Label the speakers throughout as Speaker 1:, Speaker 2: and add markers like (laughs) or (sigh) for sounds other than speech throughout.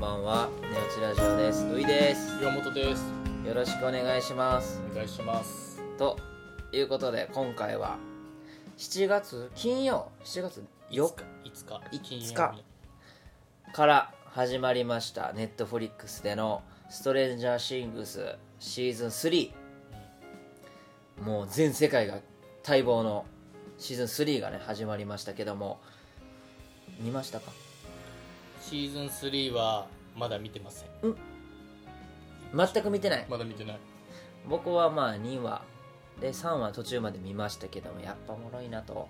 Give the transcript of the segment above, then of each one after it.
Speaker 1: ばんは寝落ちラジオですういです
Speaker 2: 岩本です
Speaker 1: よろしくお願いします
Speaker 2: お願いします
Speaker 1: ということで今回は7月金曜7月4日
Speaker 2: いつか
Speaker 1: いつかから始まりましたネットフリックスでの「ストレンジャーシングス」シーズン3もう全世界が待望のシーズン3がね始まりましたけども見ましたか
Speaker 2: シーズン3はまだ見てません
Speaker 1: 全く見てない
Speaker 2: まだ見てない
Speaker 1: 僕はまあ2話で3話途中まで見ましたけどもやっぱおもろいなと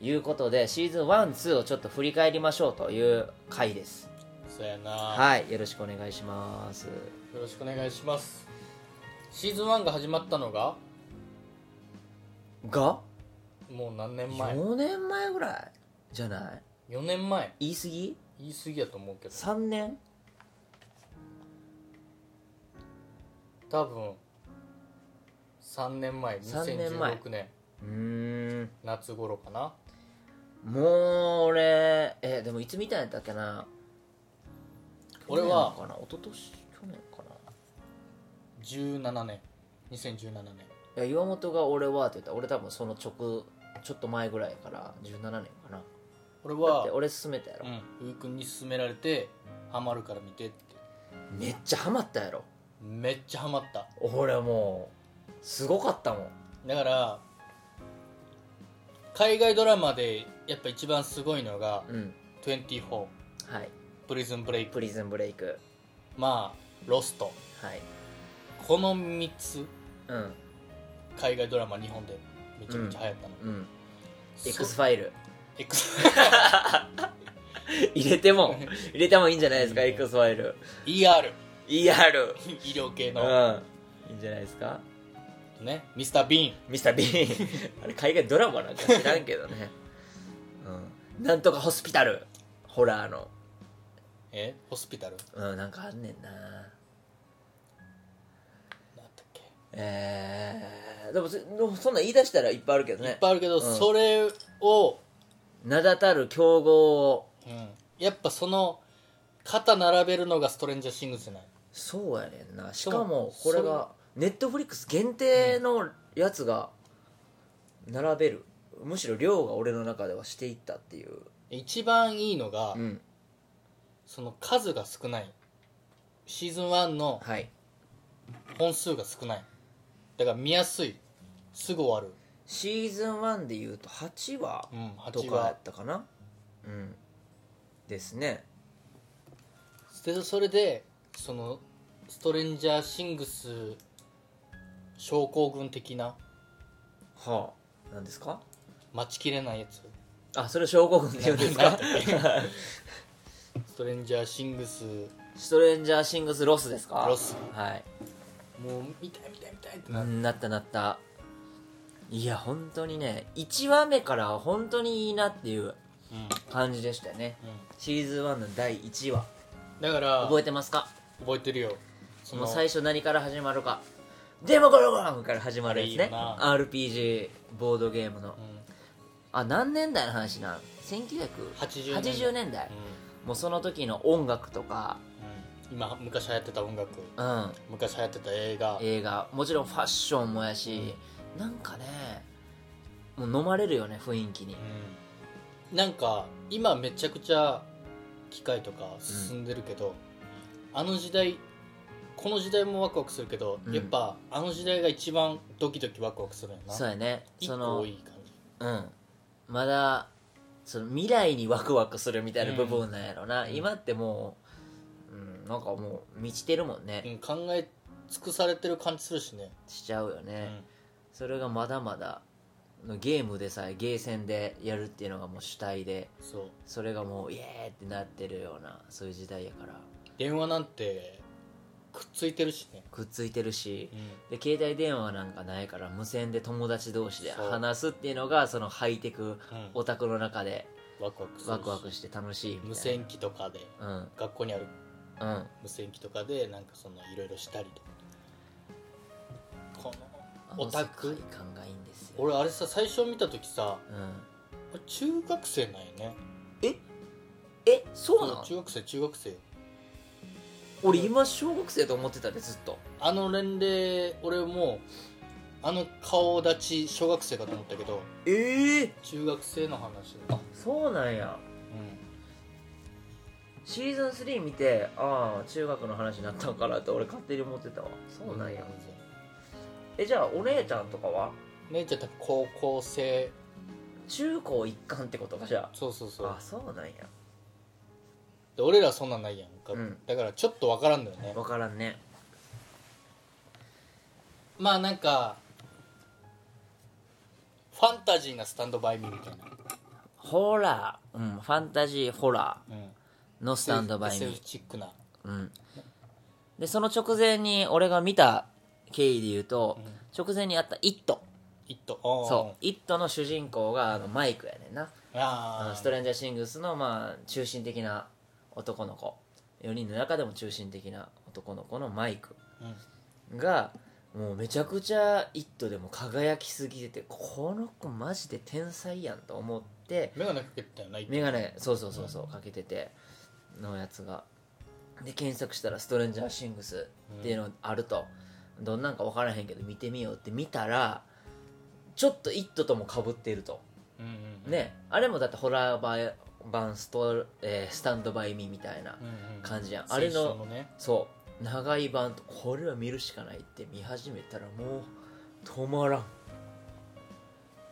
Speaker 1: いうことでシーズン12をちょっと振り返りましょうという回です
Speaker 2: そうやな、
Speaker 1: はいよろしくお願いします
Speaker 2: よろしくお願いしますシーズン1が始まったのが
Speaker 1: が
Speaker 2: もう何年前
Speaker 1: 4年前ぐらいじゃない
Speaker 2: 4年前
Speaker 1: 言い過ぎ
Speaker 2: 言い過ぎやと思うけど
Speaker 1: ?3 年
Speaker 2: 多分3年前
Speaker 1: 3年前
Speaker 2: 2016年
Speaker 1: うーん
Speaker 2: 夏頃かな
Speaker 1: もう俺えでもいつ見たんやったっけな
Speaker 2: 俺は
Speaker 1: 去年かな一昨年去年かな
Speaker 2: 17年2017年
Speaker 1: いや岩本が俺はって言ったら俺多分その直ちょっと前ぐらいから17年かな
Speaker 2: 俺
Speaker 1: だっ
Speaker 2: は
Speaker 1: て俺勧めたやろ
Speaker 2: う、んウー君に勧められてハマるから見てって
Speaker 1: めっちゃハマったやろ
Speaker 2: めっちゃハマった
Speaker 1: 俺もうすごかったもん
Speaker 2: だから海外ドラマでやっぱ一番すごいのが
Speaker 1: うん
Speaker 2: 24
Speaker 1: はい
Speaker 2: プリズンブレイク
Speaker 1: プリズンブレイク
Speaker 2: まあロスト
Speaker 1: はい
Speaker 2: この3つ
Speaker 1: うん
Speaker 2: 海外ドラマ日本でめちゃめちゃ流行ったの、
Speaker 1: うん
Speaker 2: そ
Speaker 1: X ファイ
Speaker 2: (laughs)
Speaker 1: ル
Speaker 2: X
Speaker 1: 入れて
Speaker 2: (laughs)
Speaker 1: も入れてもいいんじゃないですか
Speaker 2: いいね
Speaker 1: X ファイル
Speaker 2: ER
Speaker 1: ER
Speaker 2: (laughs) 医療系
Speaker 1: う
Speaker 2: の、
Speaker 1: んいいんじゃないですか
Speaker 2: ねミスター・ビーン
Speaker 1: ミスター・ビーン (laughs) あれ海外ドラマなんか知らんけどね、うん、なんとかホスピタルホラーの
Speaker 2: えホスピタル
Speaker 1: うんなんかあんねんな
Speaker 2: なんだっけ
Speaker 1: えー、でもそでもそんなん言い出したらいっぱいあるけど
Speaker 2: いっ
Speaker 1: ね
Speaker 2: ぱいあるけど、
Speaker 1: うん
Speaker 2: それを、
Speaker 1: 名だたる強豪を
Speaker 2: うん、やっぱその肩並べるのがストレンジャーシングスじゃない
Speaker 1: そうやねんなし
Speaker 2: も
Speaker 1: かもこれがネットフリックス限定のやつが並べる、むしろ量が俺の中ではしていったっていう
Speaker 2: 一番いいのが、
Speaker 1: うん
Speaker 2: その数が少ないシーズン1の
Speaker 1: はい
Speaker 2: 本数が少ないだから見やすいすぐ終わ
Speaker 1: シーズン1でいうと8話
Speaker 2: る、うん、
Speaker 1: と
Speaker 2: 8
Speaker 1: かや
Speaker 2: 話
Speaker 1: ったかなうんですね
Speaker 2: でそれでそのストレンジャーシングス症候群的な
Speaker 1: はあ何ですか
Speaker 2: 待ちきれないやつ
Speaker 1: あそれ症候群って言うんです
Speaker 2: なん
Speaker 1: か
Speaker 2: だっストレンジャーシングス
Speaker 1: (laughs) ストレンジャーシングスロスですか
Speaker 2: ロス
Speaker 1: はい
Speaker 2: もう見たい見たい見たいってな
Speaker 1: な
Speaker 2: る、
Speaker 1: ったなったいや本当にね1話目から本当にいいなっていう
Speaker 2: うんうん
Speaker 1: 感じでしたよねシーズン1の第1話
Speaker 2: だから
Speaker 1: 覚
Speaker 2: 覚
Speaker 1: えてますか
Speaker 2: えてるよそ
Speaker 1: も
Speaker 2: の
Speaker 1: う最初何から始まるかデモゴロゴンから始まるやつね
Speaker 2: あれいいよな
Speaker 1: RPG ボードゲームの
Speaker 2: う
Speaker 1: あ何年代の話なん
Speaker 2: 80
Speaker 1: 1980
Speaker 2: 年代
Speaker 1: 年年代
Speaker 2: ん、
Speaker 1: もうその時の音楽とか
Speaker 2: うん今昔流行ってた音楽
Speaker 1: うん
Speaker 2: 昔流行ってた映画
Speaker 1: 映画もちろんファッションもやし、なんかねもう飲まれるよね雰囲気に
Speaker 2: うんなんか今めちゃくちゃ機械とか進んでるけど、あの時代この時代もワクワクするけど、
Speaker 1: うん
Speaker 2: やっぱあの時代が一番ドキドキワクワクするよな
Speaker 1: そうやね
Speaker 2: 一
Speaker 1: そ
Speaker 2: 個多
Speaker 1: の
Speaker 2: い感じ
Speaker 1: うんまだその未来にワクワクするみたいな部分なんやろな、
Speaker 2: うん
Speaker 1: 今ってもう、うん、なんかもう満ちてるもんね、
Speaker 2: うん考え尽くされてる感じするしね、
Speaker 1: しちゃうよ
Speaker 2: うん
Speaker 1: ね、それがまだまだのゲームでさえゲーセンでやるっていうのがもう主体で
Speaker 2: そう
Speaker 1: それがもうイエーってなってるようなそういう時代やから
Speaker 2: 電話なんてくっついてるしね、
Speaker 1: くっついてるし
Speaker 2: うん
Speaker 1: で携帯電話なんかないから無線で友達同士で
Speaker 2: そう
Speaker 1: 話すっていうのがそのハイテク
Speaker 2: うん
Speaker 1: オタクの中で
Speaker 2: ワクワクするし
Speaker 1: ワクワクして楽しいみたいな
Speaker 2: 無線機とかで
Speaker 1: うん
Speaker 2: 学校にある
Speaker 1: うん
Speaker 2: 無線機とかでなんかそのいろいろしたりとかこのオタク
Speaker 1: あの世界観がいいんですよ、
Speaker 2: 俺あれさ最初見た時さ
Speaker 1: うん、
Speaker 2: あれ中学生なんやね
Speaker 1: えそうなの
Speaker 2: 中学生中学生
Speaker 1: 俺今小学生と思ってたでずっと
Speaker 2: あの年齢俺もあの顔立ち小学生かと思ったけど
Speaker 1: ええ
Speaker 2: 中学生の話だ
Speaker 1: あそうなんや
Speaker 2: う
Speaker 1: シーズン3見てああ中学の話になったんかなって俺勝手に思ってたわ
Speaker 2: ん
Speaker 1: そうなんやえじゃあお姉ちゃんとかは
Speaker 2: 姉ちゃん多分高校生
Speaker 1: 中高一貫ってことかじゃ
Speaker 2: そうそうそ
Speaker 1: ああ
Speaker 2: う
Speaker 1: そうなんや
Speaker 2: で俺らそんなんないやんか、
Speaker 1: うん
Speaker 2: だからちょっと分からんだよね
Speaker 1: 分からんね
Speaker 2: まあなんかファンタジーなスタンドバイミーみたいな、
Speaker 1: ホラー、うん、ファンタジーホラ
Speaker 2: うん、
Speaker 1: ーのスタンドバイミ
Speaker 2: SF
Speaker 1: ー、
Speaker 2: チックな、
Speaker 1: うん、でその直前に俺が見た経緯で言うと
Speaker 2: うん、
Speaker 1: 直前にあった「イット」
Speaker 2: イットおー
Speaker 1: そう「イット!」の主人公があのマイクやねんなあ
Speaker 2: あ
Speaker 1: の
Speaker 2: あ
Speaker 1: ストレンジャーシングスのまあ中心的な男の子4人の中でも中心的な男の子のマイク
Speaker 2: うん
Speaker 1: がもうめちゃくちゃ「イット!」でも輝きすぎててこの子マジで天才やんと思って
Speaker 2: 眼鏡かけてたよなイット
Speaker 1: 眼鏡そうそうそうそうかけててのやつがで検索したら「ストレンジャーシングス」っていうのあると、どんなんか分からへんけど見てみようって見たらちょっと「イット!」ともかぶっていると。
Speaker 2: うんうんうん
Speaker 1: ねあれもだってホラー版版スト、えースタンドバイミーみたいな
Speaker 2: うんうんうん
Speaker 1: 感じやん、
Speaker 2: 青
Speaker 1: あれ
Speaker 2: 春
Speaker 1: の
Speaker 2: のね
Speaker 1: そう長い版とこれは見るしかないって見始めたらもう止まらん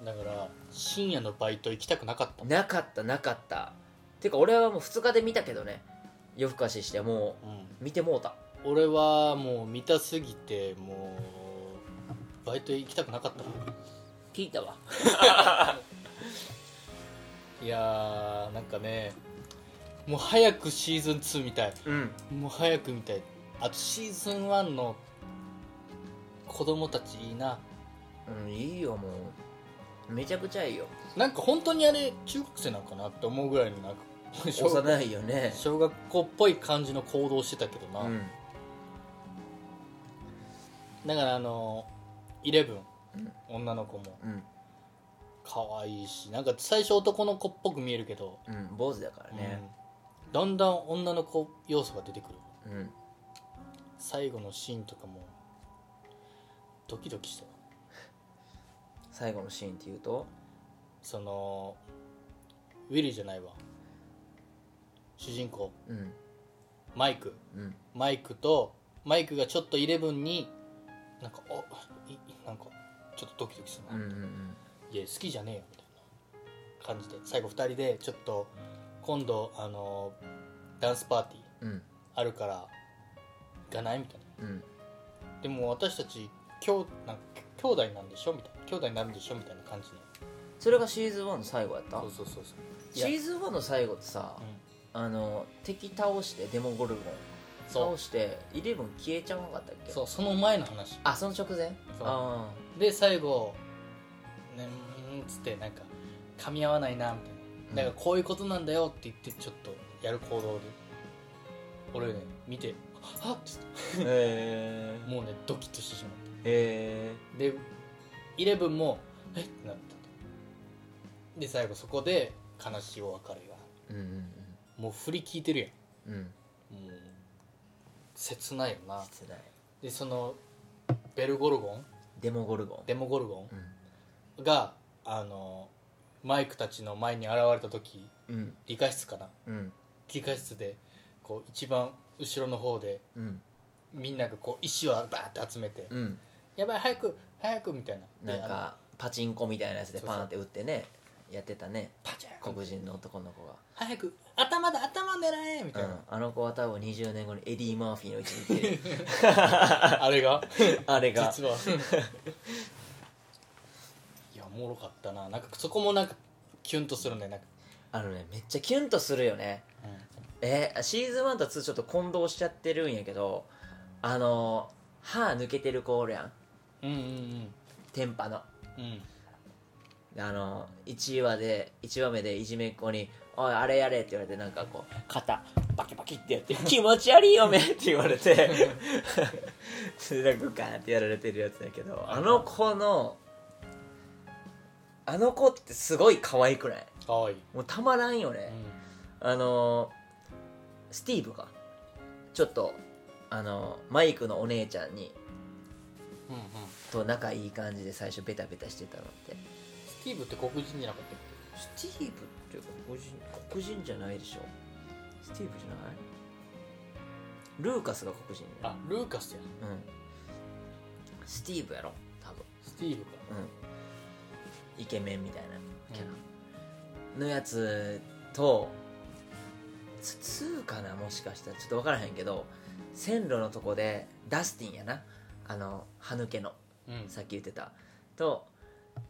Speaker 2: だから深夜のバイト行きたくなかったもん
Speaker 1: なかったなかったてか俺はもう2日で見たけどね夜更かししても
Speaker 2: うん
Speaker 1: う見てもうた
Speaker 2: 俺はもう見たすぎてもうバイト行きたくなかったもん
Speaker 1: 聞いたわ
Speaker 2: いやーなんかねもう早くシーズン2みたい
Speaker 1: うん
Speaker 2: もう早く見たいあとシーズン1の子供たちいいな
Speaker 1: うんいいよもうめちゃくちゃいいよ
Speaker 2: なんか本当にあれ中学生なのかなって思うぐらいのなんか小学
Speaker 1: 幼いよね
Speaker 2: 小学校っぽい感じの行動してたけど
Speaker 1: う
Speaker 2: な、
Speaker 1: ん
Speaker 2: だからあのイレブン
Speaker 1: うん
Speaker 2: 女の子も
Speaker 1: うん
Speaker 2: 可愛いしなんか最初男の子っぽく見えるけど、
Speaker 1: うん坊主だからね
Speaker 2: うんだんだん女の子要素が出てくる
Speaker 1: うん
Speaker 2: 最後のシーンとかもドキドキしたよ
Speaker 1: 最後のシーンっていうと
Speaker 2: そのウィリーじゃないわ主人公
Speaker 1: うん
Speaker 2: マイク
Speaker 1: うん
Speaker 2: マイクとマイクがちょっとイレブンになんかおいなんかちょっとドキドキするな、
Speaker 1: うんうんうん
Speaker 2: いや好きじゃねえよみたいな感じで最後2人でちょっと今度あのダンスパーティー
Speaker 1: うん
Speaker 2: あるから行かないみたい
Speaker 1: うん
Speaker 2: なでも私たち兄なんか兄弟なんでしょみたいな兄弟になるんでしょみたいな感じで
Speaker 1: それがシーズン1の最後やった
Speaker 2: そうそうそうそうい
Speaker 1: シ
Speaker 2: や
Speaker 1: ーズン1の最後ってさ、
Speaker 2: うん
Speaker 1: あの敵倒してデモゴルゴン
Speaker 2: そ
Speaker 1: 倒してイレブン消えちゃわなかったっ
Speaker 2: う
Speaker 1: け
Speaker 2: そうその前の話
Speaker 1: あその直前
Speaker 2: そう
Speaker 1: あ
Speaker 2: で最後ねうーんっつってなんか噛み合わないなみたい
Speaker 1: うん
Speaker 2: なだからこういうことなんだよって言ってちょっとやる行動で俺ね見てはっつって
Speaker 1: ーへ
Speaker 2: もうねドキッとしてしまっ
Speaker 1: えへ
Speaker 2: たでイレブンもえっってなったで最後そこで悲しいお別れが
Speaker 1: えうん
Speaker 2: もう振り聞いてるや
Speaker 1: うんうんうん
Speaker 2: んもう切ないよな
Speaker 1: 切ない
Speaker 2: でそのベルゴルゴン
Speaker 1: デモゴルゴ
Speaker 2: デモゴルゴン
Speaker 1: ン
Speaker 2: があのマイクたちの前に現れた時
Speaker 1: うんうん
Speaker 2: 理科室かな
Speaker 1: うん
Speaker 2: 理科室でこう一番後ろの方で
Speaker 1: うん
Speaker 2: みんながこう石をバーって集めて「
Speaker 1: うん
Speaker 2: やばい早く早く」みたい
Speaker 1: な
Speaker 2: なで
Speaker 1: ん
Speaker 2: あの
Speaker 1: かパチンコみたいなやつで
Speaker 2: そうそう
Speaker 1: パンって打ってねやってたね
Speaker 2: パチャン
Speaker 1: 黒人の男の子が、
Speaker 2: 早く頭だ頭狙えみた
Speaker 1: う
Speaker 2: い
Speaker 1: ん
Speaker 2: な、、
Speaker 1: あの子は多分20年後にエディ・マーフィーの位置にいてる
Speaker 2: あれが
Speaker 1: あれが
Speaker 2: 実は (laughs) いやおもろかったななんかそこもなんかキュンとするねなんか、
Speaker 1: あのねめっちゃキュンとするよねえーシーズン1と2ちょっと混同しちゃってるんやけどあのー歯抜けてる子おるやん
Speaker 2: うん、うんうん
Speaker 1: テンパの
Speaker 2: うんうん
Speaker 1: あのー、1話で1話目でいじめっ子に「おいあれやれ」って言われてなんかこう肩バキバキってやって「気持ち悪いよめ」って言われて (laughs) でなんかガーンってやられてるやつだけどあの子のあの子ってすごい可愛くない
Speaker 2: かわいい、
Speaker 1: もうたまらんよね、
Speaker 2: うん
Speaker 1: あのースティーブがちょっとあのマイクのお姉ちゃんに
Speaker 2: うんうん
Speaker 1: と仲いい感じで最初ベタベタしてたのって
Speaker 2: スティーブって黒人じゃなかったっ
Speaker 1: スティーブって黒人黒人じゃないでしょスティーブじゃないルーカスが黒人
Speaker 2: けあルーカスや
Speaker 1: うんスティーブやろ多分
Speaker 2: スティーブか
Speaker 1: うんイケメンみたいなキャラ
Speaker 2: うん、
Speaker 1: のやつとつ2かなもしかしたらちょっと分からへんけど線路のとこでダスティンやなあの歯抜けの
Speaker 2: うん
Speaker 1: さっき言ってたと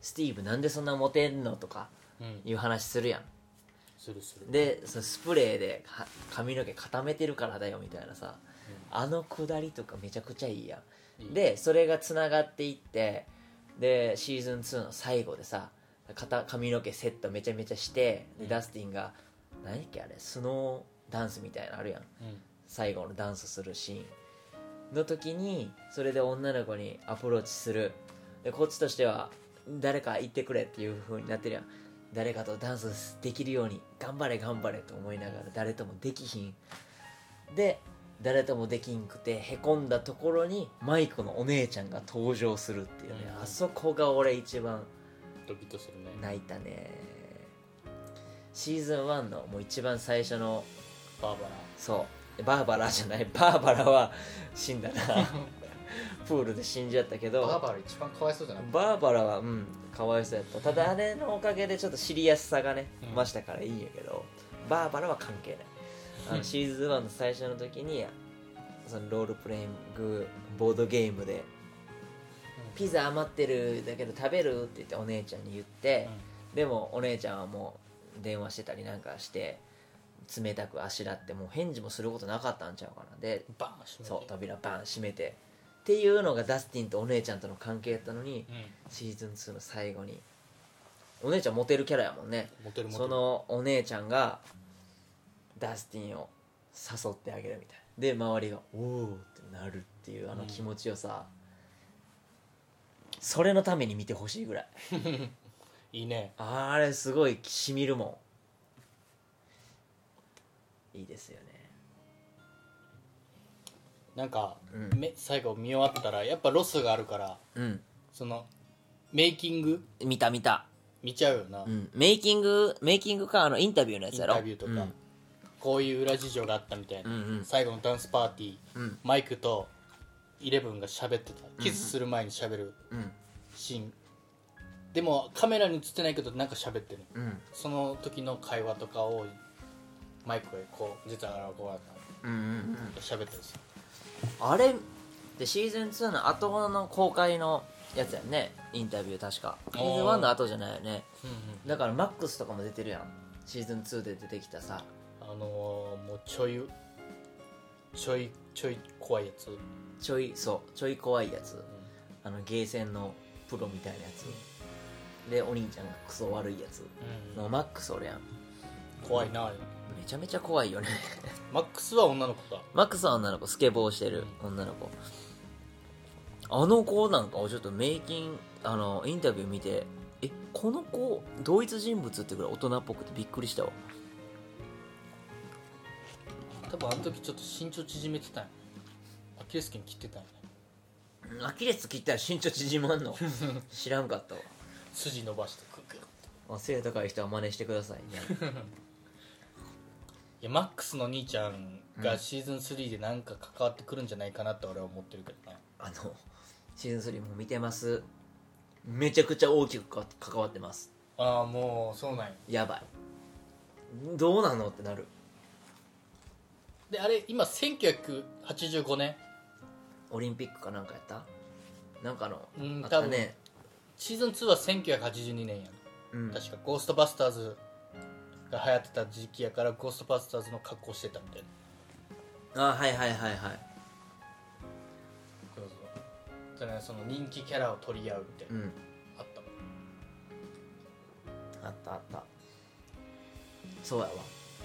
Speaker 1: スティーブなんでそんなモテんのとか
Speaker 2: うん
Speaker 1: いう話するやん
Speaker 2: するする
Speaker 1: でそのスプレーでは髪の毛固めてるからだよみたいなさあのくだりとかめちゃくちゃいいや
Speaker 2: うんい
Speaker 1: ん
Speaker 2: い
Speaker 1: でそれがつながっていってでシーズン2の最後でさ片髪の毛セットめちゃめちゃしてで
Speaker 2: うん
Speaker 1: ダスティンが何やっけあれスノーダンスみたいなのあるやん
Speaker 2: うん
Speaker 1: 最後のダンスするシーンの時にそれで女の子にアプローチするでこっちとしては誰か行ってくれっていう風になってるやん誰かとダンスできるように頑張れ頑張れと思いながら誰ともできひんで誰ともできんくてへこんだところにマイクのお姉ちゃんが登場するっていうね、
Speaker 2: うん
Speaker 1: あそこが俺一番
Speaker 2: ドキッとするね
Speaker 1: 泣いたねシーズン1のもう一番最初の
Speaker 2: バーバラ
Speaker 1: そうバーバラじゃないバーバラは死
Speaker 3: (laughs)
Speaker 1: んだなプールで死んじゃったけど
Speaker 3: バーバラ一番かわいそうじゃない
Speaker 1: バーバラはうんかわいそうやったただあれのおかげでちょっと知りやすさがね、
Speaker 2: うん
Speaker 1: 増したからいいんやけどバーバラは関係ないあ
Speaker 3: (laughs)
Speaker 1: のシーズン1の最初の時にそのロールプレイングボードゲームでピザ余ってるだけど食べるって言ってお姉ちゃんに言って、でもお姉ちゃんはもう電話してたりなんかして冷たくあしらってもう返事もすることなかったんちゃうかなで
Speaker 2: うんバーン閉めて
Speaker 1: そう扉バン閉めてっていうのがダスティンとお姉ちゃんとの関係やったのに
Speaker 2: うん
Speaker 1: シーズン2の最後にお姉ちゃんモテるキャラやもんね
Speaker 2: モテるモテ
Speaker 1: そ
Speaker 2: る
Speaker 1: のお姉ちゃんがダスティンを誘ってあげるみたいなで周りが「おお」ってなるっていうあの気持ちよさ、それのために見てほしいぐらい
Speaker 2: いいね
Speaker 1: あれすごいしみるもんいいですよね
Speaker 2: なんか、
Speaker 1: うん
Speaker 2: め最後見終わったらやっぱロスがあるから
Speaker 1: うん
Speaker 2: そのメイキング
Speaker 1: 見た見た、
Speaker 2: 見ちゃうよな、
Speaker 1: うん、メイキングメイキングかあのインタビューのやつ
Speaker 2: イン
Speaker 1: やろ
Speaker 2: タビューとか、こういう裏事情があったみたいな、
Speaker 1: うんうん
Speaker 2: 最後のダンスパーティー
Speaker 1: うんうん
Speaker 2: マイクとイレブンが喋ってたキスする前に喋る
Speaker 1: うん
Speaker 2: シーン、でもカメラに映ってないけどなんか喋ってる
Speaker 1: うん
Speaker 2: その時の会話とかをマイクでこう実はこうやって
Speaker 1: うんうんうん
Speaker 2: 喋ってるんですよ
Speaker 1: あれでシーズン2の後の公開のやつやんねインタビュー確かシーズン1の後じゃないよねだからマックスとかも出てるやんシーズン2で出てきたさ
Speaker 2: あのーもうちょいちょいちょい怖いやつ、
Speaker 1: ちょいそうちょい怖いやつあのゲーセンのプロみたいなやつでお兄ちゃんがクソ悪いやつのマックスおるやん
Speaker 2: 怖いな
Speaker 1: めちゃめちゃ怖いよね
Speaker 2: マックスは女の子か
Speaker 1: マックスは女の子スケボーしてる女の子あの子なんかをちょっとメイキンあのインタビュー見てえこの子同一人物ってぐらい大人っぽくてびっくりしたわ
Speaker 2: 多分あの時ちょっと身長縮めてたんやアキレス腱切ってたんやね
Speaker 1: うんアキレス切ったら身長縮まん
Speaker 2: (laughs)
Speaker 1: の知らんかったわ
Speaker 2: 筋伸ばしてくる
Speaker 1: まあ背高い人は真似してください
Speaker 2: (laughs)
Speaker 1: ね
Speaker 2: いやマックスの兄ちゃんがシーズン3でなんか関わってくるんじゃないかなって俺は思ってるけどな
Speaker 1: あのシーズン3も見てますめちゃくちゃ大きくか関わってます
Speaker 2: ああもうそうなんや
Speaker 1: やばいどうなのってなる
Speaker 2: であれ今1985年
Speaker 1: オリンピックかなんかやったなんかの、
Speaker 2: うん
Speaker 1: あったね
Speaker 2: シーズン2は1982年や
Speaker 1: うん
Speaker 2: 確かゴーストバスターズが流行ってた時期やからゴーストバスターズの格好してたみたいな
Speaker 1: あはいはいはいはい
Speaker 2: そうそうだからその人気キャラを取り合うみたいうな、
Speaker 1: ん
Speaker 2: あったもん
Speaker 1: あったあったそうやわ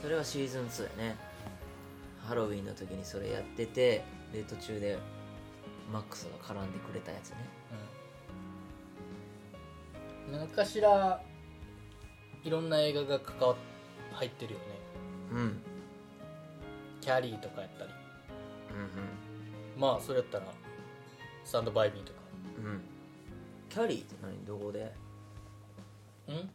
Speaker 1: それはシーズン2やねハロウィンの時にそれやっててで途中でマックスが絡んでくれたやつね
Speaker 2: うん、何かしらいろんな映画が関わっ入ってるよね
Speaker 1: うんうん
Speaker 2: キャリーとかやったり
Speaker 1: うん
Speaker 2: まあそれやったら「スタンドバイミー」とか
Speaker 1: うんキャリーって何どこで
Speaker 2: うん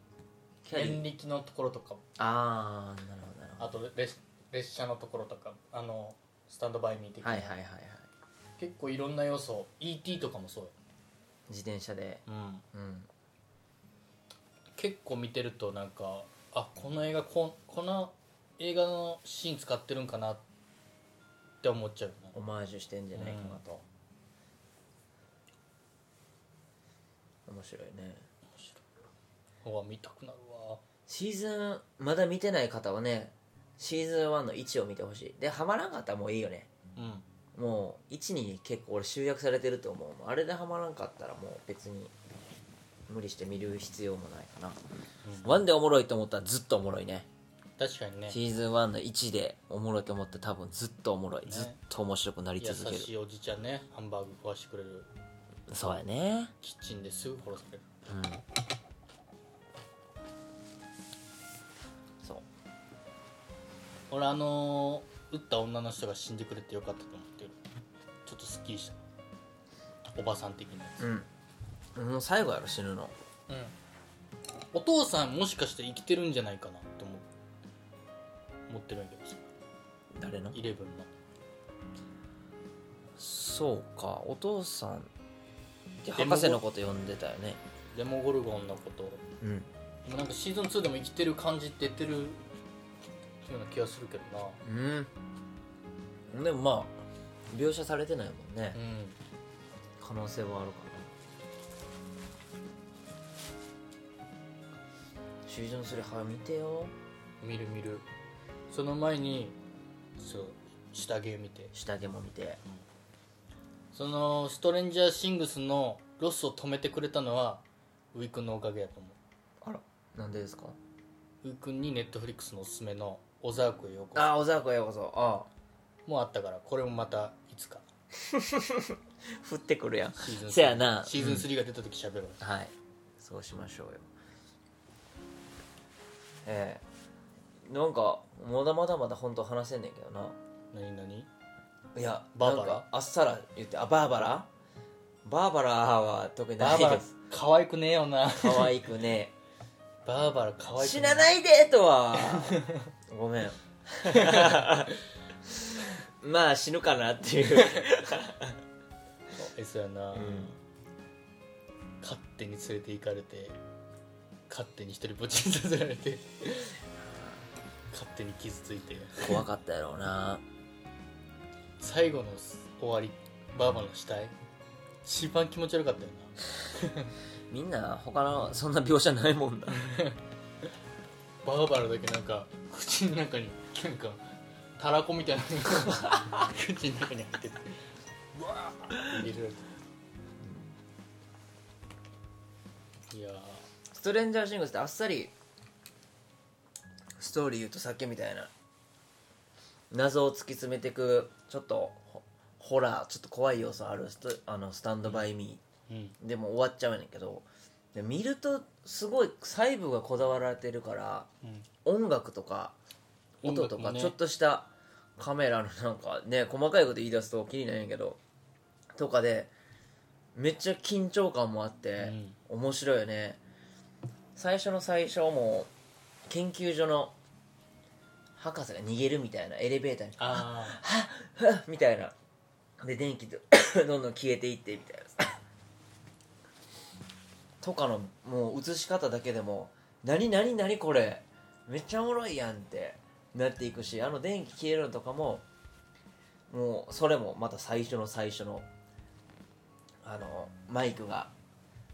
Speaker 1: キャリー
Speaker 2: 演劇のところとか
Speaker 1: ああなるほどなるほ
Speaker 2: あと列列車のところとかあのスタンドバイミー的
Speaker 1: ど
Speaker 2: な、
Speaker 1: はいはいはいはい
Speaker 2: 結構いろんな要素 ET とかもそうよ、
Speaker 1: 自転車でうん
Speaker 2: 結構見てるとなんかあこの映画ここの映画のシーン使ってるんかなって思っちゃうよね
Speaker 1: オマージュしてんじゃないかなと、面白いね
Speaker 2: うわ見たくなるわ
Speaker 1: シーズンまだ見てない方はねシーズン1の1を見てほしいでハマらんかったらもういいよね
Speaker 2: うん
Speaker 1: もう1に結構俺集約されてると思うあれでハマらんかったらもう別に無理して見る必要もないかな、ワン1でおもろいと思ったらずっとおもろいね
Speaker 2: 確かにね
Speaker 1: シーズン1の1でおもろいと思って多分ずっとおもろい、
Speaker 2: ね
Speaker 1: ずっと面白くなり
Speaker 2: 優
Speaker 1: 続け
Speaker 2: し
Speaker 1: る
Speaker 2: いおじちゃんねハンバーグ食わしてくれる
Speaker 1: そうやね
Speaker 2: キッチンですぐ殺される
Speaker 1: そう
Speaker 2: 俺あのー撃った女の人が死んでくれてよかったと思ってるちょっとすっきりしたおばさん的なやつ
Speaker 1: うんもう最後やろ死ぬの
Speaker 2: うんお父さんもしかして生きてるんじゃないかなって思う思ってるんやけどさ
Speaker 1: 誰の
Speaker 2: イレブンの
Speaker 1: そうかお父さんって
Speaker 2: でも
Speaker 1: 博士のこと呼んでたよね
Speaker 2: デモゴルゴンのこと
Speaker 1: うん
Speaker 2: でもなんかシーズン2でも生きてる感じって出てるような気がするけどな
Speaker 1: うんでもまあ描写されてないもんね、
Speaker 2: うん
Speaker 1: 可能性はあるかなシーズン3は見てよ
Speaker 2: 見る見るその前にそう下着を見て
Speaker 1: 下着も見て
Speaker 2: そのストレンジャーシングスのロスを止めてくれたのはウィークのおかげやと思
Speaker 1: あらなんでですか
Speaker 2: うウィークにネットフリックスのおすすめの「小沢区へようこ
Speaker 1: ああ小沢君ようこそああ
Speaker 2: そ」もあったからこれもまたいつか
Speaker 1: 降ってくるやん
Speaker 2: シーズン 3,
Speaker 1: せやな
Speaker 2: シーズン3が出た時喋ろう、
Speaker 1: はいそうしましょうよええなんかまだまだまだ本当話せんねんけどな
Speaker 2: 何何
Speaker 1: いや
Speaker 2: バーバラ
Speaker 1: なんかあっさら言ってあバーバラバーバラは特にな
Speaker 2: バ
Speaker 1: い
Speaker 2: ーバ
Speaker 1: で (laughs)
Speaker 2: ラ
Speaker 1: す
Speaker 2: 可愛くねえよな
Speaker 1: 可愛くね
Speaker 2: バーバラ可愛くねえ
Speaker 1: 死なないでとはごめん (laughs) まあ死ぬかなっていう、
Speaker 2: えそうやな、
Speaker 1: うん
Speaker 2: 勝手に連れて行かれて勝手に一人ぼっちにさせられて勝手に傷ついて
Speaker 1: 怖かったやろうな
Speaker 2: 最後の終わりバーバの死体一番気持ち悪かったよ
Speaker 1: みんな他のそんな描写ないもんな
Speaker 2: なバーバラだけなんか口の中になんかたらこみたいなのが口の中に入っててうわーって入れられていやー
Speaker 1: ストレンジャーシングスってあっさりストーリー言うとさっきみたいな謎を突き詰めてくちょっとホホラーちょっと怖い要素あるストあのスタンドバイミ
Speaker 2: うん
Speaker 1: ーでも終わっちゃうんやけどで見るとすごい細部がこだわられてるから
Speaker 2: うん
Speaker 1: 音楽とか音と
Speaker 2: 音楽も
Speaker 1: か
Speaker 2: ね
Speaker 1: ちょっとしたカメラのなんかね細かいこと言い出すときりないんやけどとかでめっちゃ緊張感もあって面白いよね最初の最初も研究所の博士が逃げるみたいなエレベーターに
Speaker 2: ああ
Speaker 1: ふっみたいなで電気ど (coughs) どんどん消えていってみたいな (coughs) とかのもう映し方だけでも「何何何これめっちゃおもろいやん」ってなっていくしあの電気消えるのとかももうそれもまた最初の最初のあのマイクが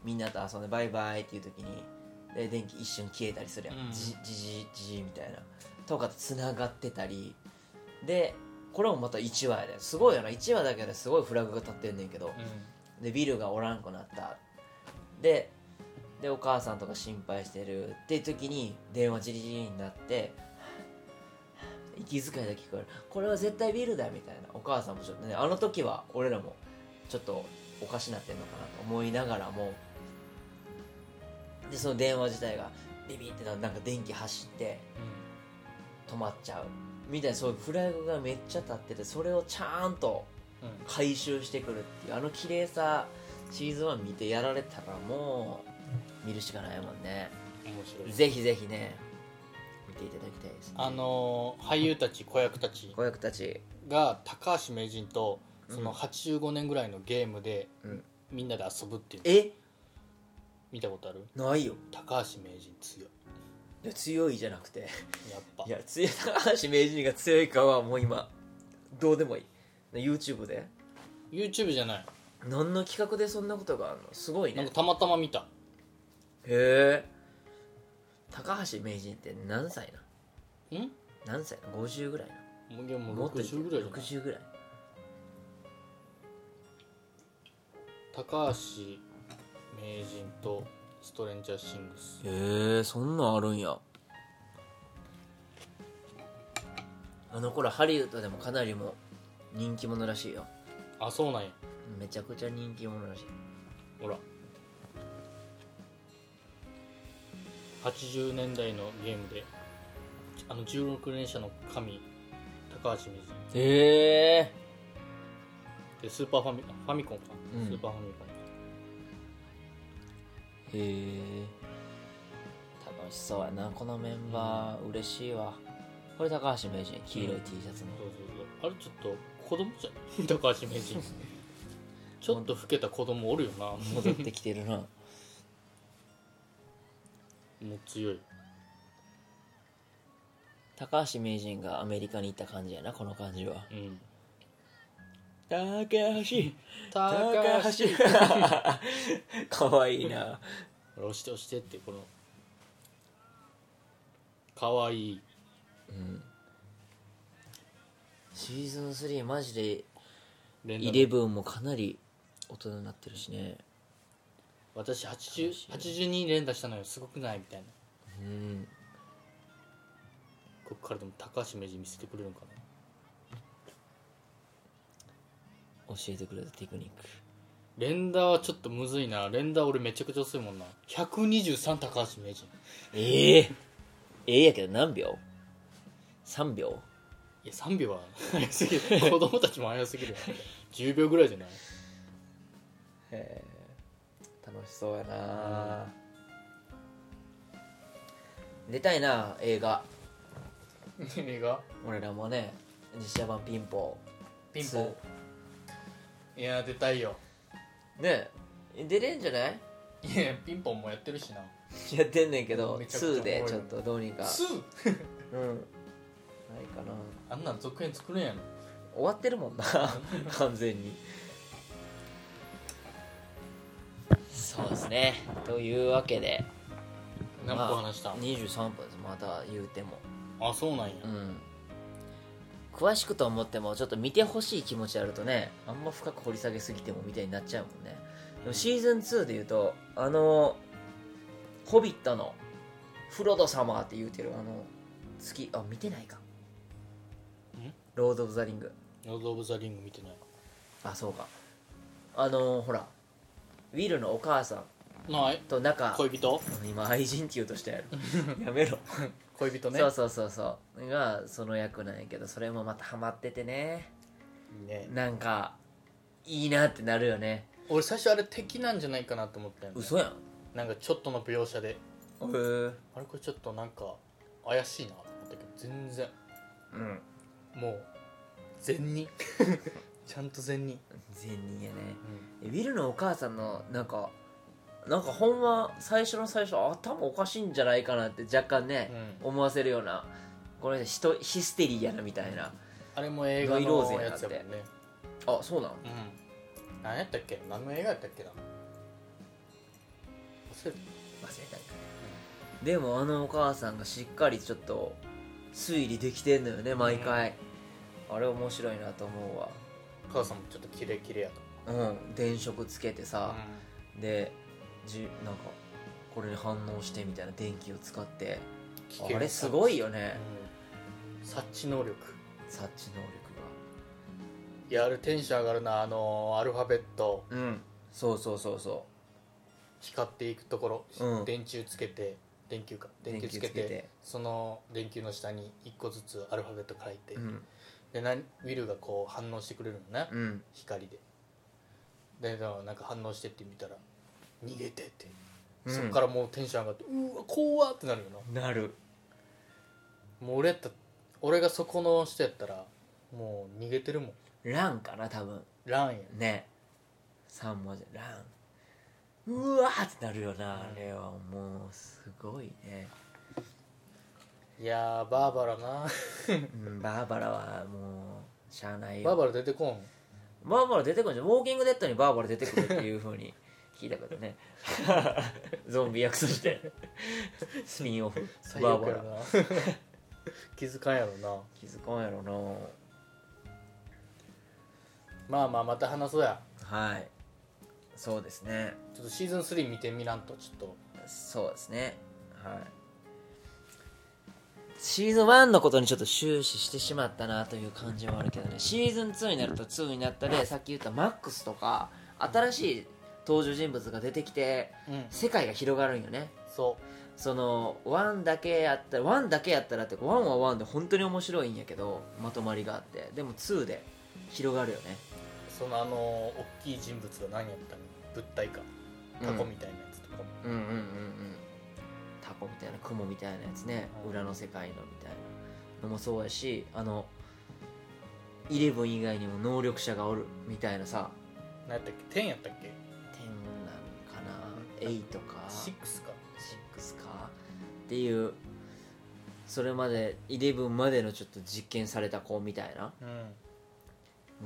Speaker 1: みんなと遊んで「バイバイ」っていう時にで電気一瞬消えたりするや
Speaker 2: うん
Speaker 1: ん「じじじじじ」みたいなとかとつながってたりでこれもまた1話やですごいよな1話だけですごいフラグが立ってんねんけどでビルがおらんくなったででお母さんとか心配してるっていう時に電話ジリジリになって息遣いだけ聞こえるこれは絶対ビルだみたいなお母さんもちょっとねあの時は俺らもちょっとおかしなってんのかなと思いながらもでその電話自体がビビってななんか電気走って止まっちゃうみたいなそういうフラグがめっちゃ立っててそれをちゃんと回収してくるっていうあの綺麗さシーズン1見てやられたらもう見るしかないもんね
Speaker 2: 面白い
Speaker 1: ぜひぜひね見ていただきたいですね
Speaker 2: あのー俳優たち子役たち
Speaker 1: 子役たち
Speaker 2: が高橋名人とそ
Speaker 1: うん
Speaker 2: の85年ぐらいのゲームで
Speaker 1: うん
Speaker 2: みんなで遊ぶっていう
Speaker 1: え
Speaker 2: 見たことある
Speaker 1: ないよ
Speaker 2: 高橋名人強い
Speaker 1: いや強いじゃなくて (laughs)
Speaker 2: やっぱ
Speaker 1: いや強い高橋名人が強いかはもう今どうでもいい YouTube で
Speaker 2: YouTube じゃない
Speaker 1: 何の企画でそんなことがあるのすごい
Speaker 2: なん
Speaker 1: ね
Speaker 2: かたまたま見た
Speaker 1: へえ高橋名人って何歳なん
Speaker 2: い
Speaker 1: 何歳な50ぐらいな
Speaker 2: やもう60ぐらいじゃない
Speaker 1: 60ぐらい
Speaker 2: 高橋名人とストレンジャーシングス
Speaker 1: へえそんなんあるんやあの頃ハリウッドでもかなりもう人気者らしいよ
Speaker 2: あそうなんや
Speaker 1: めちゃくちゃ人気者らしい
Speaker 2: ほら80年代のゲームであの16連射の神高橋名人
Speaker 1: へえ
Speaker 2: でスーパーファミファミコンか、
Speaker 1: うん
Speaker 2: スーパーファミコン
Speaker 1: へえ楽しそうやなこのメンバー嬉しいわこれ高橋名人黄色い T シャツの
Speaker 2: そうそうそうあれちょっと子供じゃない高橋名
Speaker 1: (laughs)
Speaker 2: 人ちょっと老けた子供おるよなも
Speaker 1: 戻ってきてるな
Speaker 2: う強い
Speaker 1: 高橋名人がアメリカに行った感じやなこの感じは
Speaker 2: うん
Speaker 1: 高橋
Speaker 2: 高橋
Speaker 1: 高橋 (laughs) かわいいな
Speaker 2: 押して押してってこのかわいい
Speaker 1: シーズン3マジで
Speaker 2: 連
Speaker 1: イレブンもかなり大人になってるしね
Speaker 2: 私80 82連打したのよすごくないみたいな
Speaker 1: うん
Speaker 2: こっからでも高橋名人見せてくれるのかな
Speaker 1: 教えてくれたテクニック
Speaker 2: 連打はちょっとむずいな連打俺めちゃくちゃ強いもんな123高橋名人
Speaker 1: ええええやけど何秒 ?3 秒
Speaker 2: いや3秒は早すぎる子供たちも早すぎるよ10秒ぐらいじゃない
Speaker 1: へえ楽しそうやな、出たいな映画
Speaker 2: 映画
Speaker 1: 俺らもね実写版ピンポ
Speaker 2: ピンポンいや出たいよ
Speaker 1: ンねえ出れんじゃない (laughs)
Speaker 2: いやピンポンもやってるしな
Speaker 1: やってんねんけど
Speaker 2: めちゃくちゃおも
Speaker 1: 2
Speaker 2: ろい
Speaker 1: でちょっとどうにか
Speaker 2: す
Speaker 1: うんないかな
Speaker 2: あんなん続編作るんやろ
Speaker 1: 終わってる
Speaker 2: (laughs)
Speaker 1: もんな完全にそうですねというわけで
Speaker 2: 何個話した
Speaker 1: まあ、23分ですまた言うても
Speaker 2: あそうなんや
Speaker 1: うん詳しくと思ってもちょっと見てほしい気持ちあるとねあんま深く掘り下げすぎてもみたいになっちゃうもんねでもシーズン2で言うとあの「ホビット」の「フロド様」って言うてるあの月あ見てないか「ロード・オブ・ザ・リング」
Speaker 2: ロード・オブ・ザ・リング見てない
Speaker 1: あそうかあのほらウィルのお母さん
Speaker 2: ない
Speaker 1: と仲
Speaker 2: 恋人
Speaker 1: 今愛人って言うとしたやろ (laughs) やめろ
Speaker 2: 恋人
Speaker 1: そうそうそうそうがその役なんやけどそれもまたハマっててね
Speaker 2: いいね
Speaker 1: なんかいいなってなるよね
Speaker 2: 俺最初あれ敵なんじゃないかなと思ったよね
Speaker 1: 嘘やんへ
Speaker 2: なんかちょっとの描写で
Speaker 1: えうん
Speaker 2: あれこれちょっとなんか怪しいなと思ったけど全然もう善
Speaker 1: (laughs)
Speaker 2: 人ちゃんと善人
Speaker 1: 善人やねウィルのお母さんのなんかなんかほんま最初の最初頭おかしいんじゃないかなって若干ね、思わせるようなこれ人ヒステリーやなみたいな
Speaker 2: あれも映画
Speaker 1: ノイローゼ
Speaker 2: の
Speaker 1: やな
Speaker 2: や
Speaker 1: っ
Speaker 2: つ
Speaker 1: て
Speaker 2: やもんね
Speaker 1: あそうなの
Speaker 2: うん何やったっけ何の映画やったっけな忘れた
Speaker 1: 忘れたんかでもあのお母さんがしっかりちょっと推理できてんのよね毎回、あれ面白いなと思うわ
Speaker 2: お母さんもちょっとキレイキレイやと
Speaker 1: うん電飾つけてさ、
Speaker 2: う
Speaker 1: でじなんかこれに反応してみたいな電気を使って
Speaker 2: ん危険
Speaker 1: あれすごいよね、
Speaker 2: うん察知能力
Speaker 1: 察知能
Speaker 2: いやあれテンション上がるなあのアルファベット
Speaker 1: 力がうんそうそうそうそ
Speaker 2: 光っていくところ、
Speaker 1: うん
Speaker 2: 電柱つけて電球か
Speaker 1: 電
Speaker 2: 電
Speaker 1: 球
Speaker 2: 球
Speaker 1: つ
Speaker 2: つ
Speaker 1: け
Speaker 2: け
Speaker 1: て
Speaker 2: てその電球の下に一個ずつアルファベット書いて、
Speaker 1: ううん
Speaker 2: でなウィルがこう反応してくれるのね、
Speaker 1: うん
Speaker 2: 光ででだからなんか反応してって見たら逃げてって、
Speaker 1: うん
Speaker 2: そっからもうテンション上がってうわ怖ってなるよな
Speaker 1: なる
Speaker 2: もう俺やった俺がそこの人やったらもう逃げてるもん
Speaker 1: ランかな多分
Speaker 2: ランや
Speaker 1: ね3文字ランうわーってなるよなあれはもうすごいね、
Speaker 2: いやーバーバラな
Speaker 1: うん、バーバラはもうしゃあないよ
Speaker 2: バーバラ出てこん
Speaker 1: バーバラ出てくるんじゃんウォーキングデッドにバーバラ出てくるっていうふう
Speaker 2: (laughs)
Speaker 1: に聞いたけどねゾンビ役としてスピンオフ
Speaker 2: 最
Speaker 1: バー
Speaker 2: 悪
Speaker 1: バ
Speaker 2: や
Speaker 1: ラ
Speaker 2: な (laughs) 気づかんやろな
Speaker 1: 気づかんやろ
Speaker 2: まあまあまた話そうや
Speaker 1: なはいそうですね
Speaker 2: ちょっとシーズン3見てみらんとちょっと
Speaker 1: そうですねはいシーズン1のことにちょっと終始してしまったなという感じはあるけどねシーズン2になると2になったでさっき言ったマックスとか新しい登場人物が出てきて
Speaker 2: うん
Speaker 1: 世界が広がるんよね
Speaker 2: そ
Speaker 1: そのワンだけやったらワンだけやったらってワンはワンで本当に面白いんやけどまとまりがあってでも2で広がるよね
Speaker 2: うそのあのー大きい人物が何やったの物体かタコみたいなやつとかも、
Speaker 1: うんうんうんうんタコみたいなクモみたいなやつね
Speaker 2: うん
Speaker 1: 裏の世界のみたいなのもそうやしあのイレブン以外にも能力者がおるみたいなさ
Speaker 2: 何やったっけ天やったっけ
Speaker 1: 点なんかな8か
Speaker 2: シックスか
Speaker 1: 6かっていうそれまでイレブンまでのちょっと実験された子みたいな
Speaker 2: うん
Speaker 1: も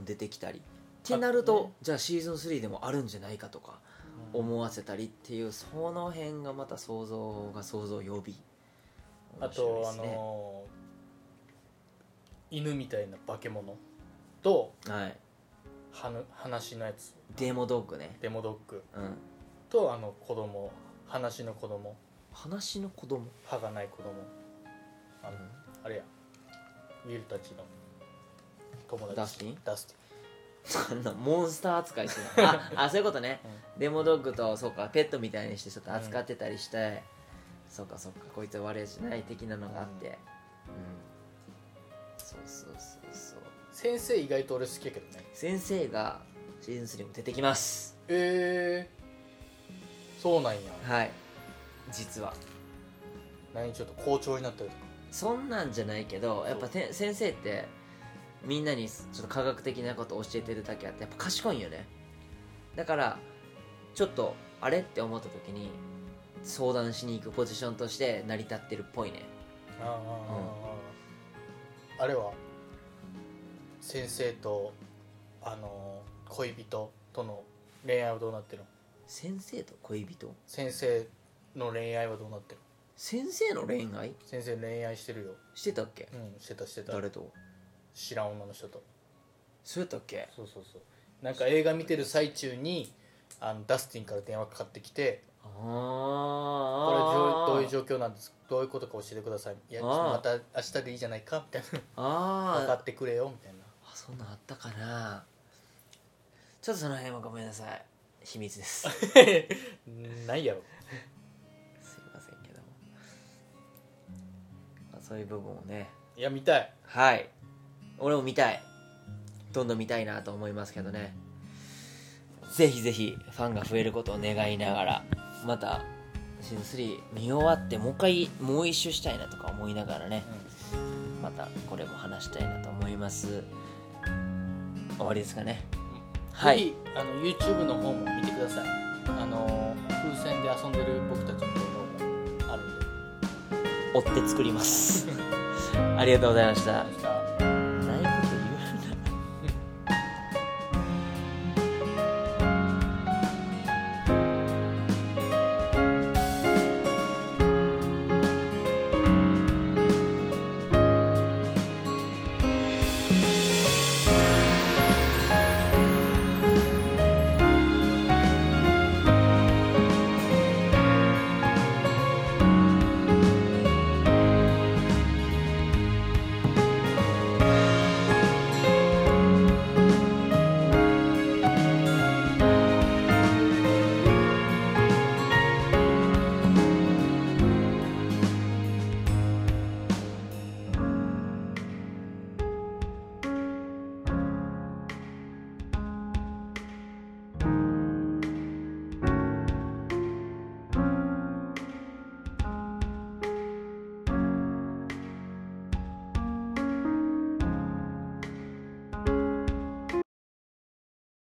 Speaker 1: 出てきたりってなる
Speaker 2: ね
Speaker 1: とじゃあシーズン3でもあるんじゃないかとか思わせたりっていうその辺がまた想像が想像を呼び
Speaker 2: あ
Speaker 1: 面白い
Speaker 2: と
Speaker 1: で
Speaker 2: あ
Speaker 1: すね
Speaker 2: のー犬みたいな化け物と
Speaker 1: はい
Speaker 2: はぬ話のやつ
Speaker 1: デモドッグね
Speaker 2: デモドッグ
Speaker 1: うん
Speaker 2: とあの子供話の子供
Speaker 1: 話の子供
Speaker 2: 歯がない子供あのあれやウィルたちの友達
Speaker 1: ダスティン
Speaker 2: ダステ
Speaker 1: あんなモンスター扱いしてるああそういうことね
Speaker 2: ィン、
Speaker 1: デモドッグとそうかペットみたいにしてちょっと扱ってたりして、そうかそうかこいつは悪いやつじゃない的なのがあってうん、そうそうそうそう
Speaker 2: 先生意外と俺好きやけどね
Speaker 1: 先生がシーズン3も出てきます
Speaker 2: えー、そうなんや
Speaker 1: はい実は
Speaker 2: 何ちょっと校長になったりとか
Speaker 1: そんなんじゃないけどやっぱて先生ってみんなにちょっと科学的なことを教えてるだけあってやっぱ賢いんよねだからちょっとあれって思った時に相談しに行くポジションとして成り立ってるっぽいね
Speaker 2: あああれは先生とあの恋人との恋愛はどうなってるの
Speaker 1: 先生と恋人
Speaker 2: 先生の恋愛はどうなってる
Speaker 1: 先生の恋愛
Speaker 2: の先生恋愛してるよ
Speaker 1: してたっけ
Speaker 2: うんしてたしてた
Speaker 1: 誰と
Speaker 2: 知らん女の人と
Speaker 1: そうやったっけ
Speaker 2: そうそうそうなんか映画見てる最中にあのダスティンから電話かかってきて
Speaker 1: あ
Speaker 2: 「これ
Speaker 1: あ
Speaker 2: どういうどういう状況なんですどういうことか教えてください」「いや
Speaker 1: あー
Speaker 2: また明日でいいじゃないか」みたいな「分か
Speaker 1: あ
Speaker 2: ってくれよ」みたいな
Speaker 1: あそんなんあったかなちょっとその辺はごめんなさい秘密です
Speaker 2: ないやろ
Speaker 1: すいませんけども、まあ、そういう部分をね
Speaker 2: いや見たい
Speaker 1: はい俺も見たいどんどん見たいなと思いますけどねぜひぜひファンが増えることを願いながらまたシーズン3見終わってもう一回もう一周したいなとか思いながらねまたこれも話したいなと思います終わりですかねは
Speaker 2: はいい、あの YouTube の方も見てくださいあの風船で遊んでる僕たちの動画もあるんで
Speaker 1: 追って作りますありがとうございました
Speaker 2: お願いします